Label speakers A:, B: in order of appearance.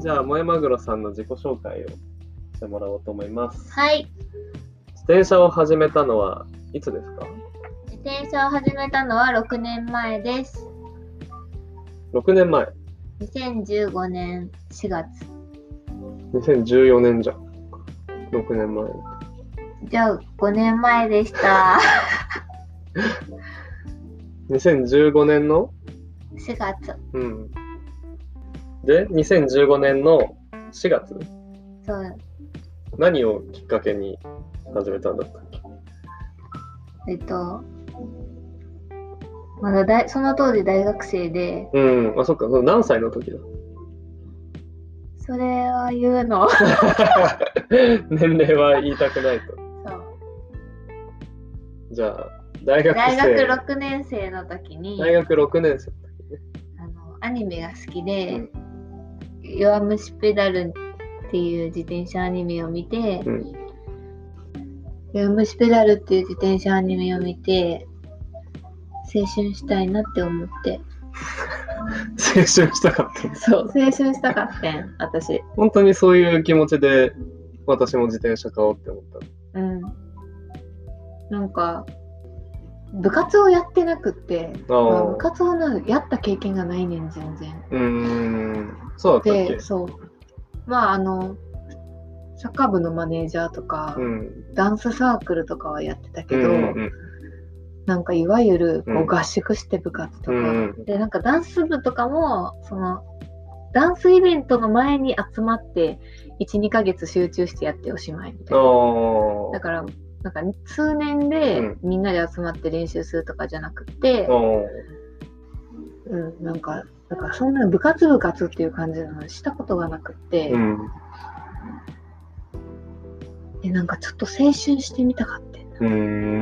A: じゃあ、萌えマグロさんの自己紹介をしてもらおうと思います。
B: はい。
A: 自転車を始めたのはいつですか
B: 自転車を始めたのは6年前です。
A: ?6 年前、
B: 2015年4月。
A: 2014年じゃん。6年前。
B: じゃあ5年前でした。
A: 2015年の
B: 4月。
A: うん。で、2015年の4月、
B: そう。
A: 何をきっかけに始めたんだったっけ
B: えっと、まだ大その当時大学生で、
A: うん、あ、そっか、その何歳の時だ
B: それは言うの。
A: 年齢は言いたくないと。
B: そう
A: じゃあ、大学
B: 大学
A: 生。
B: 6年生の時に、
A: 大学6年生。
B: あのアニメが好きで、弱虫ペダルっていう自転車アニメを見て、
A: うん
B: 弱虫ペダルっていう自転車アニメを見て、青春したいなって思っ
A: 青
B: て。
A: 春したかった。
B: そう、青春したかったん、私。
A: 本当にそういう気持ちで、私も自転車買おうって思った。
B: うん。なんか、部活をやってなくって、まあ部
A: ああ。
B: 活をなやった経験がないねん、全然。
A: うーん。そうだったっ
B: で、
A: け
B: そう。まあ、あの、サッカー部のマネージャーとか、
A: うん。
B: ダンスサークルとかはやってたけ
A: うん
B: ど、
A: うん
B: なんかいわゆるこ
A: うん
B: う合宿して部活と
A: う
B: か、
A: ん。うん
B: でなんかダンス部とかもそのダンスイベントの前に集まって12ヶ月集中してやっておしまいみたいなだ
A: あ
B: からなんか通年で
A: うん
B: みんなで集まって練習するとかじゃなくて
A: あ。あ、あ。
B: うんなんかなんかそんな部活部活っていう感じなのしたことがなくって、
A: うん。
B: でなんかちょっと青春してみたかって
A: うーん